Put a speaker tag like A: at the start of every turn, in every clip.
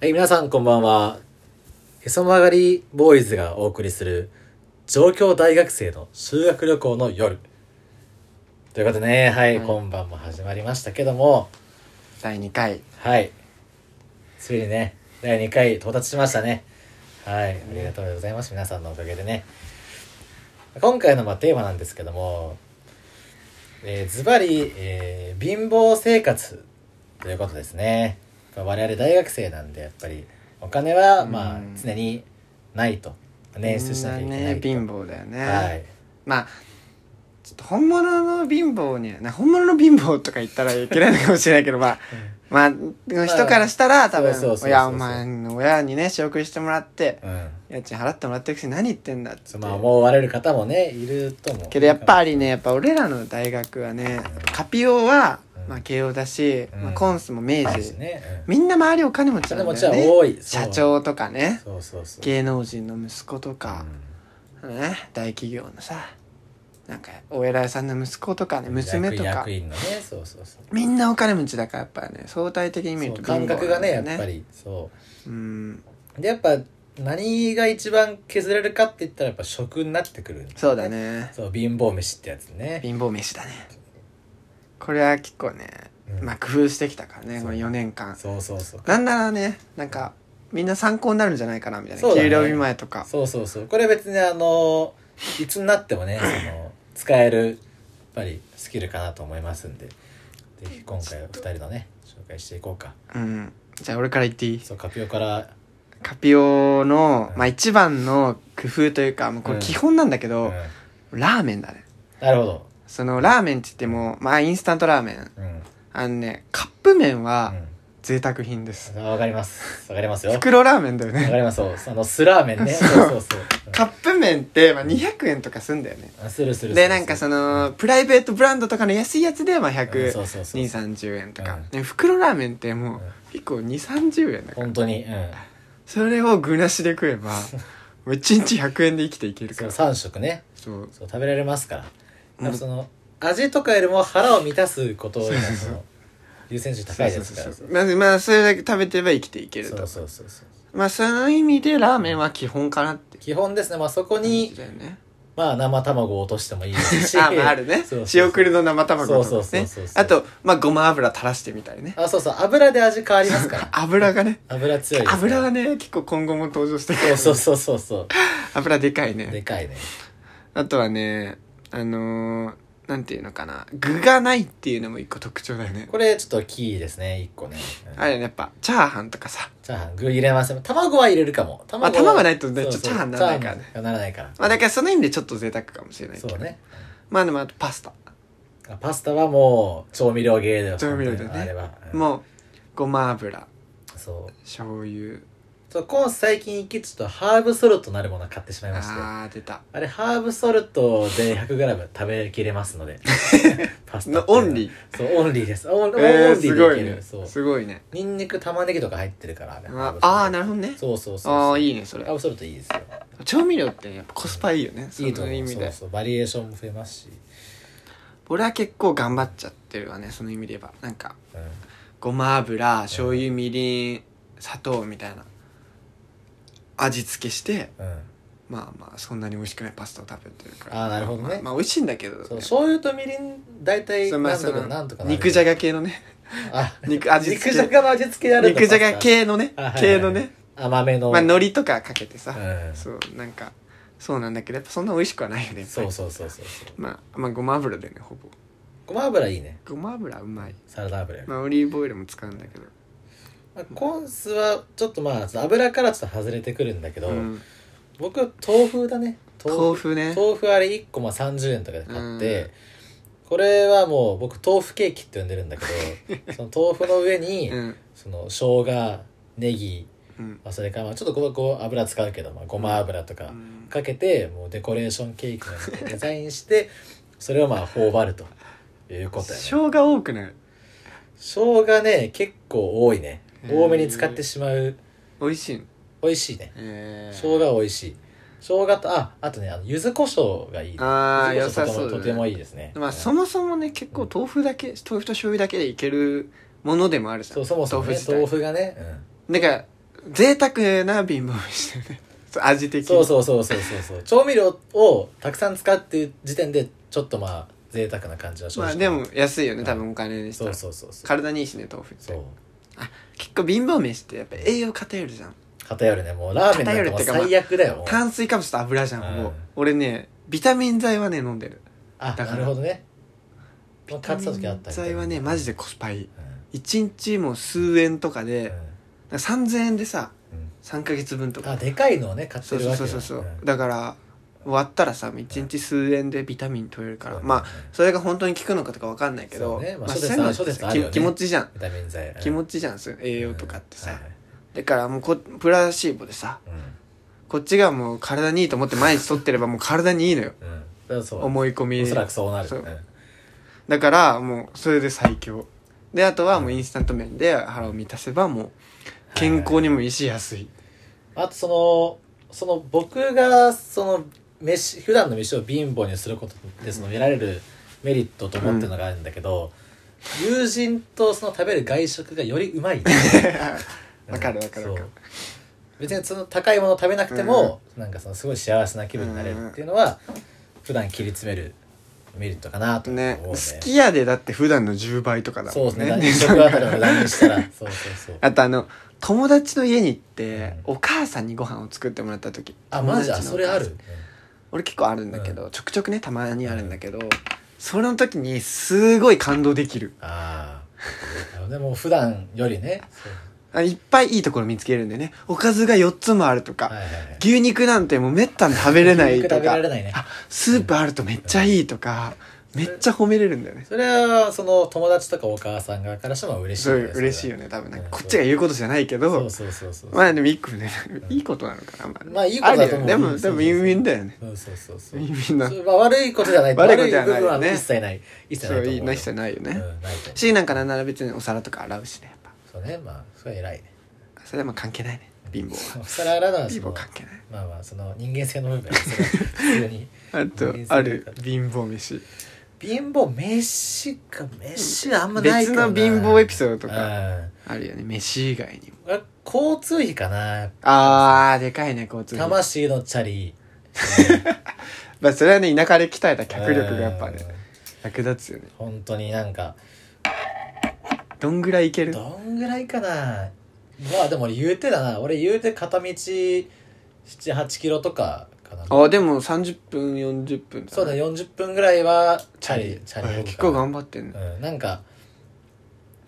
A: はい、皆さんこんばんは。へそ曲がりボーイズがお送りする、上京大学生の修学旅行の夜。ということでね、はい、
B: はい
A: 今晩も始まりましたけども、
B: 第2回
A: はい。ついにね、第2回到達しましたね。はい、ありがとうございます。皆さんのおかげでね。今回のまあテーマなんですけども、えーズバリ、えー貧乏生活ということですね。まあ我々大学生なんで、やっぱり、お金は、まあ
B: うん、
A: 常にないと。捻出しなきゃいけない
B: み
A: と。
B: んね貧乏だよね、
A: はい。
B: まあちょっと本物の貧乏にはな本物の貧乏とか言ったらいけないのかもしれないけどまあ まあ人からしたら多分
A: そうそうそうそう
B: いやお前の親にね仕送りしてもらって
A: うん。
B: 家賃払ってもらってるくせに何言ってんだっつ
A: そ
B: っ
A: う
B: て
A: まあ、思われる方もね、いると思う。
B: けどやっぱりねやっぱ俺らの大学はねカピオは
A: うん、
B: まあ、慶応だし、
A: うん
B: まあ、コンスも明
A: そうで
B: 治
A: す、ね。うん
B: みんな周りお金持ちなんだよね
A: お金持ちは多いそう
B: 社長とかね
A: そうそうそう。
B: 芸能人の息子とか、
A: うん
B: ね、大企業のさなんかお偉いさんの息子とかね娘と
A: 役
B: か
A: 役員のねそうそうそう
B: みんなお金持ちだからやっぱね相対的に見る
A: そう
B: と
A: 感覚がねやっぱ
B: り
A: りそ
B: うん
A: うでやっぱ何が一番削れるかって言ったらやっぱ食になってくる
B: そうだね
A: そう貧乏飯ってやつね
B: 貧乏飯だねこれは結構ね、
A: うん
B: まあ工夫してきたからね
A: そう
B: この4年間
A: そうそうそう
B: なんならねなんかみんな参考になるんじゃないかなみたいな、
A: そうだね
B: 給料日前とか
A: そうそうそうこれ別にあのいつになってもねその使えるやっぱりスキルかなと思いますんでぜひ今回は2人のね紹介していこうか
B: うんじゃあ俺から言っていい
A: そうカピオから
B: カピオの
A: う、ん
B: まあ、一番の工夫というかもうこれ基本なんだけ
A: うん
B: ど、ラーメンだね
A: なるほど
B: そのラーメンって言っても、まあインスタントラーメン。
A: うんうん
B: あのね、カップ麺は
A: あ
B: 贅沢品です。
A: わかりますわかりますよわか
B: 袋ラーメンだよね。
A: りますそうあの酢ラーメンね そうそうそううん
B: カップ麺って、まあ200円とかすんだよね。
A: あするする
B: で、なんかその、プライベートブランドとかの安いやつで、まあ
A: うん
B: 100、
A: そうそうそう
B: 2、30円とか
A: うん。
B: ね袋ラーメンっても
A: うん
B: う、結構2、30円だから。
A: 本当にうん
B: それを具なしで食えば、もう1日100円で生きていけるか
A: そう
B: ら。
A: 3食ね
B: そう。
A: そう食べられますから
B: うん
A: やっぱその味とかよりも腹を満たすことが
B: そうそう
A: その優先順位
B: そ
A: 高
B: う
A: い
B: そ
A: で
B: う
A: すか
B: そ
A: ら
B: う
A: そ
B: そうう。まず、まあ、それだけ食べてれば生きていける
A: そう
B: と。
A: そうそうそう
B: まあ、その意味でラーメンは基本かなって。
A: 基本ですねまあそこに
B: だよね。
A: まあ生卵を落としてもいいですし
B: あ、まあ、ある
A: そ
B: ね
A: うそう。そう
B: 塩くるの生卵
A: そう
B: とか
A: そうそう
B: ね
A: そう。そう
B: あと、まあ、ごま油垂らしてみたりね。
A: あそうそう油で味変わりますから
B: 油がね。
A: 油強いですから
B: 油がね、結構今後も登場してく
A: そ
B: る。
A: うそうそうそうそう
B: 油でかいね。
A: でかいね
B: あとはね、あのー、なんていうのかな。具がないっていうのも一個特徴だよね。
A: これちょっとキーですね1個ねうん
B: あれね、やっぱ、チャーハンとかさ。
A: チャーハン具入れません卵は入れるかも
B: まあ卵ないとね
A: そうそう
B: ちょっとチャーハンならないから
A: チ
B: ね
A: ャーハンならないから
B: まあ、だからその意味でちょっと贅沢かもしれないけ
A: そ
B: ど
A: う。ね
B: まあ、でも、あとパスタ。
A: あパスタはもう調味料系だよ
B: 調味料だよね
A: あれは、うん
B: もう、ごま油、
A: そう
B: 醤油。
A: そう今最近行きちょっとハーブソルトなるものを買ってしまいましてあ
B: あー、出た。
A: れハーブソルトで 100g 食べきれますので パスタ
B: のオンリー。
A: ーそうオンリーですオン,、
B: え
A: オン
B: ー、
A: リ
B: す
A: ー
B: ご
A: でい
B: い
A: ける、
B: ね。
A: そう
B: すごいね。
A: ニンニク玉ねぎとか入ってるからね
B: ああー、な
A: る
B: るほどね。
A: そうそうそう
B: ああーい
A: い
B: いねそれ
A: ハーブソルトいいですよ
B: 調味料ってやっぱコスパいいよねそ
A: いいと
B: の
A: 思
B: 意
A: う
B: 味
A: そう
B: で
A: そうバリエーションも増えますし、
B: 俺は結構頑張っちゃってるわねその意味で言えばなんか
A: うん、
B: ごま油醤油みりん砂糖みたいな味付けして
A: うん、
B: まあまあそんなに美味しくないパスタを食べてるから
A: ああなるほどね、
B: まあ美味しいんだけどね
A: そう醤油とみりん大体
B: そ
A: 何
B: うまあ
A: と
B: そ
A: か
B: の
A: なんとかなる
B: 肉じゃが系 のね
A: あ
B: 肉味付
A: 肉
B: け
A: じゃがの味付けであると
B: 肉じゃが系のね
A: あはいはい
B: 系のね
A: 甘めの、
B: まあ海苔とかかけてさ
A: うん、そ
B: そうなんかそうなんだけどやっぱそんな美味しくはないよねやっぱり
A: うそうそうそうそう
B: まあまあごま油でねほぼ
A: ごま油いいね
B: ごま油はうまい
A: サラダ油より、
B: まあ、オリーブオイルも使うんだけど、
A: まあ、コンスはちょっとまあ油からちょっと外れてくるんだけど、
B: うん、
A: 僕豆腐だね
B: 豆腐ね
A: 豆腐あれ1個まあ30円とかで買って、これはもう僕豆腐ケーキって呼んでるんだけ どその豆腐の上に、
B: うん
A: その生姜ネギ、
B: うん
A: まあ、それからまあちょっとごご油使うけど、まあ、ごま油とか、
B: うん
A: かけてもうデコレーションケーキのように デザインしてそれをまあ頬張るということやね
B: 生姜多くない
A: 生姜ね結構多いね
B: へー
A: 多めに使ってしまう
B: 美味しいの
A: 美味しいね
B: え
A: 生姜美味しい生姜とああとねあの柚子胡椒がいい、ね、
B: ああ
A: 柚
B: 良
A: 子胡椒
B: さ
A: とて
B: そ
A: も
B: うだ、ね、
A: とてもいいですね
B: まあ
A: うん
B: そもそもね結構豆腐だけ豆腐と醤油だけでいけるものでもあるじゃん
A: そうそもそも、ね、
B: 豆
A: 豆腐
B: 腐自
A: が
B: 体
A: ね、
B: だから贅沢な貧乏飯だ よねそう味的に
A: そうそうそうそうそうそう調味料をたくさん使ってる時点でちょっとまあ贅沢な感じは正
B: ま
A: 直
B: あでも安いよね
A: うん
B: 多分お金にし
A: そ
B: た
A: う
B: ら
A: そうそうそう
B: 体にいいしね豆腐っ
A: そ
B: て
A: う
B: 結構貧乏飯ってやっぱ栄養偏るじゃん
A: 偏るねもうラーメンなんかもう
B: 偏るって
A: 最悪だよもう
B: 炭水化物と油じゃん、
A: うん
B: もう俺ねビタミン剤はね飲んでる
A: あ
B: だから
A: なるほどねまあ買ってた時あった
B: ビタミン剤はねマジでコスパいい
A: うん
B: 1日もう数円とか
A: う
B: で、
A: ん
B: なんか3000円でさ
A: うん
B: 3か月分とか
A: あでかいのをね買っ
B: そ
A: て
B: う
A: る
B: そう
A: わけ
B: そう
A: だ
B: そうそう、
A: ん
B: だから終わったらさ1日数円でビタミン取れるから、
A: そうね
B: まあそれが本当に効くのかとかわかんないけど、
A: そうねまあ
B: まあ
A: 諸説
B: そういうの
A: 諸説あるよね
B: 気気持ちじゃん
A: ビタミン剤
B: 気持
A: ち
B: ちじゃんそういう栄養とかってさ、
A: はい
B: だからもうこプラシーボでさ
A: う
B: こっちがもう体にいいと思って毎日取ってればもう体にいいのよ
A: んうんそれはそう
B: 思い込み
A: おそらくそうなる
B: そう
A: うん
B: だからもうそれで最強であとはもうインスタント麺で腹を満たせばもう健康にもいいし 安い
A: あとそのその僕がその飯普段の飯を貧乏にすることでその得られるメリットと思ってるのがあるんだけど、友人とその食べる外食がよりうまい
B: わかるわかる
A: そ
B: わかる
A: う別にその高いもの食べなくても、なんかそのすごい幸せな気分になれるっていうのは、普段切り詰めるメリットかなと思う
B: ね
A: ね
B: すき家でだって普段の10倍とかだ
A: そう
B: も
A: です
B: んね
A: ね一食あたりの値段にしたらそうそうそう
B: あとあの友達の家に行って、お母さんにご飯を作ってもらった時
A: あマジ
B: 友
A: あ
B: 達の
A: そ
B: お
A: れ
B: 母さん
A: ある
B: 俺結構あるんだけど、ちょくちょくねたまにあるんだけど、その時にすごい感動できる
A: ああでもう普段よりねそう
B: あいっぱいいいところ見つけるんでねおかずが4つもあるとか、
A: はいはいはい
B: 牛肉なんてもうめったに食べれないと
A: 牛肉
B: か
A: 食べられないね
B: あスープあるとめっちゃいいとか、めっちゃ褒めれるんだよね
A: それはその友達とかお母さん側からしても嬉しい
B: そういう嬉しいよね多分なんかこっちが言うことじゃないけど、
A: そうそうそうそう
B: まあでも一個ねいいことなのかなまあ、
A: まあいいことだと思う
B: あるよねでも
A: そうそ
B: で
A: うそう
B: もウィンウィンだよね
A: うんそうそうそう
B: ウィンウィンな
A: それまあ悪いことじゃない
B: 悪いことじゃないよね
A: 悪部分は一切ない一切
B: そ
A: ないうと思
B: いいうな人ないよね、
A: うんないと思う
B: しなんかなんなら別にお皿とか洗うしねやっぱ
A: そうねまあそれは偉いね
B: それはまあ関係ないね貧乏
A: お
B: は
A: 皿洗うのはそ
B: 貧乏
A: の
B: 関係ない
A: まあまあその人間性の部分はそれは普通 に
B: あと
A: 人間性
B: ある
A: というか
B: 貧乏飯
A: 貧乏飯か飯はあんまないかな
B: 別の貧乏エピソードとか
A: うん
B: あるよね飯以外にも
A: あ交通費かな
B: あーでかいね交通費
A: 魂のチャリ
B: まあそれはね田舎で鍛えた 脚力がやっぱね
A: うん
B: 役立つよね
A: 本当になんか
B: どんぐらいいける
A: どんぐらいかなまあでも俺言うてだな俺言うて片道78キロとかかな
B: あでも30分40分
A: そうだね40分ぐらいはチャリチ
B: チ
A: ャリ
B: ャ
A: 乗
B: リ
A: る
B: 結
A: か
B: 構
A: な
B: 頑張ってんね
A: うん、なんか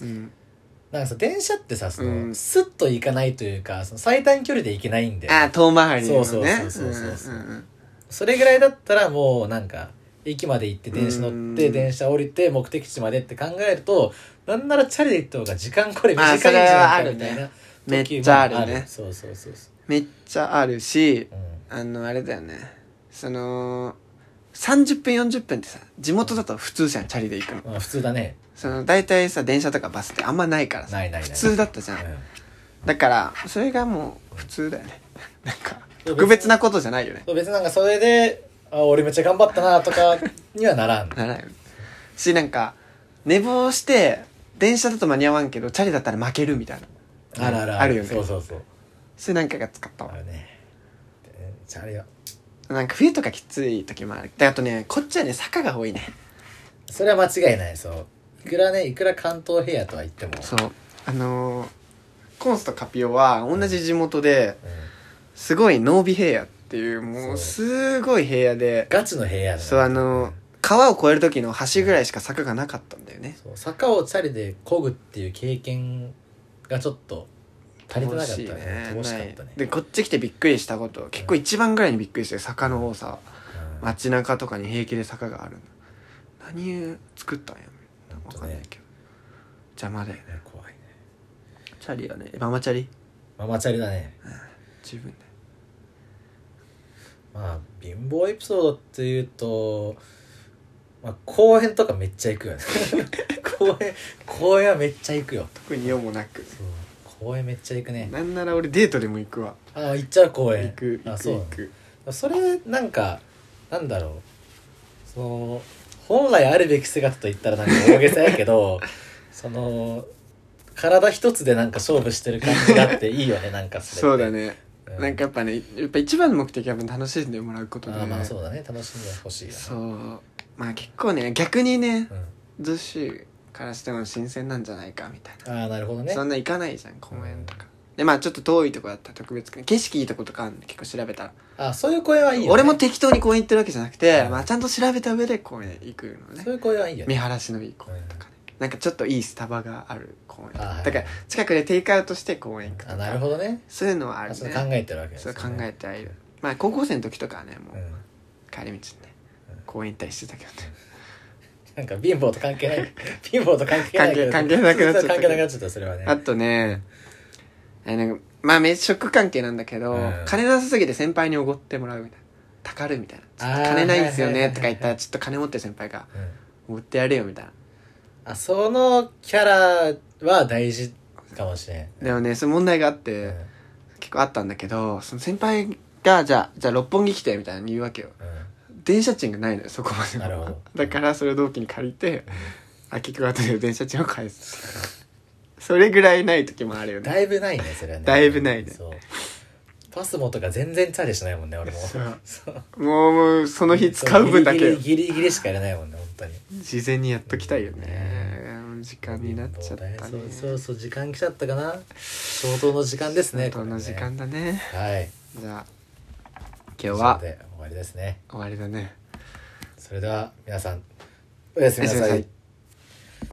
B: うん
A: なんかさ電車ってさその、
B: うん
A: スッと行かないというかその最短距離で行けないんで
B: あー遠回りのね
A: そうそうそうそうそう
B: うんうん
A: それぐらいだったらもうなんか駅まで行って電車乗って
B: うん
A: 電車降りて目的地までって考えるとなんならチャリで行った方が時間これ短い
B: まあ
A: んじゃ
B: それはあ
A: ないか
B: る
A: みたいな
B: ね
A: 時
B: めっちゃあるね
A: もそうそうそうそ
B: めっちゃあるし
A: う、うん
B: あのあれだよねその30分40分ってさ地元だと普通じゃんチャリで行くの
A: まあ、普通だね
B: その大体さ電車とかバスってあんまないからさ
A: ないないない
B: 普通だったじゃんだからそれがもう普通だよね なんか特別なことじゃないよね
A: うん、別になんかそれであ俺めっちゃ頑張ったなと かにはならん
B: ならないよしなんか寝坊して電車だと間に合わんけどチャリだったら負けるみたいな
A: あるある
B: あるよね
A: そうそうそう
B: それなんかが使ったわ
A: あるねでチャリは
B: なんか冬とかきつい時もあるであとねこっちはね坂が多いね
A: それは間違いないそういくらねいくら関東平野とは言っても
B: そうあのーコンスとカピオは同じ地元で
A: うん、
B: すごい濃尾平野っていうも
A: そう
B: うすごい平野で
A: ガチの平野だね
B: そうあのー川を越える時の橋ぐらいしか坂がなかったんだよね
A: そう坂をチャリで漕ぐっていう経験がちょっと足りてなかった
B: しい
A: ね
B: ね
A: 乏しか
B: な
A: っ
B: い
A: たね
B: でこっち来てびっくりしたこと結構一番ぐらいにびっくりして坂の多さ
A: うん
B: 街中とかに平気で坂があるの何作ったんや
A: ほん
B: 分
A: とね
B: かんないけど邪魔だよね
A: ね怖いね
B: チャリはねママチャリ
A: ママチャリだね
B: 自分で
A: まあ貧乏エピソードっていうと、まあ、公園とかめっちゃ行くよ ね公園公園はめっちゃ行くよ
B: 特に用もなく
A: そう公園めっちゃ行くね
B: なんなら俺デートでも行くわ
A: あ行っちゃう公園
B: 行く行
A: あ
B: く
A: そう
B: 行く
A: それなんかなんだろうその 本来あるべき姿と言ったらなんか大げさやけどその体一つでなんか勝負してる感じがあっていいよねなんかそれって
B: そうだね、
A: うん
B: なんかやっぱねやっぱ一番の目的はやっぱ楽しんでもらうことで
A: あーまあそうだね楽しんでほしいよね
B: そうまあ結構ね逆にね
A: うん
B: 女子からしても新鮮なんじゃないかみたいな、
A: ああなるほどね
B: そんな行かないじゃん公園とか、でまあちょっと遠いとこだったら特別区景色いいとことかあるんで結構調べたら
A: あそういう声はいいよ、ね、
B: 俺も適当に公園行ってるわけじゃなくて、
A: うん
B: まあ、ちゃんと調べた上で公園行くのね
A: そういう声はいいよ
B: 見
A: ね
B: 晴らしのいい公園とかね、なんかちょっといいスタバがある公園と
A: あーは
B: か
A: い
B: だから近くでテイクアウトして公園行くと
A: あ
B: か
A: なるほどね
B: そういうのはある
A: あ
B: ね
A: それ考えてるわけです、
B: そ
A: ね、
B: う考えてはいるまあ高校生の時とかはねも
A: う
B: うん帰り道にね公園行ったりしてたけどね
A: なんか貧乏と関係ない 貧乏と関係ないけど
B: 関係関係なくなっちゃった
A: 関係なくなっちゃったそれはね
B: あとねえなんかまあ飯食関係なんだけど、
A: うん
B: 金なさすぎて先輩におごってもらうみたいな「たかる」みたいな「ちょっと金ないんですよ
A: あ
B: ね」
A: ー
B: とか言ったらちょっと金持ってる先輩が
A: うん
B: 「おごってやれよ」みたいな
A: あそのキャラは大事かもしれん、
B: でもねそういう問題があって、
A: うん
B: 結構あったんだけどその先輩がじゃあじゃあ六本木来てみたいに言うわけよ
A: う
B: 電車賃がないのよそこまで
A: なるほど
B: だからそれを同期に借りてあ結局後で電車賃を返すそれぐらいない時もあるよ
A: ん
B: ね
A: だいぶないねそれはね
B: だいぶないね
A: そうパスモとか全然チャレしないもんね俺も
B: そう
A: そう
B: もうもうその日使う分だけ
A: ギ
B: よ
A: リギリギリギリしかやらないもんね本当に
B: 事前にやっときたいよね
A: ね
B: 時間になっちゃったね
A: そうそうそう時間来ちゃったかな相当の時間ですね
B: この時間
A: こ
B: だね
A: れねはい
B: じゃあ今日は
A: 以上で終わりですね
B: 終わりだね
A: それでは皆さんおやすみな
B: おや
A: さ
B: すみないさい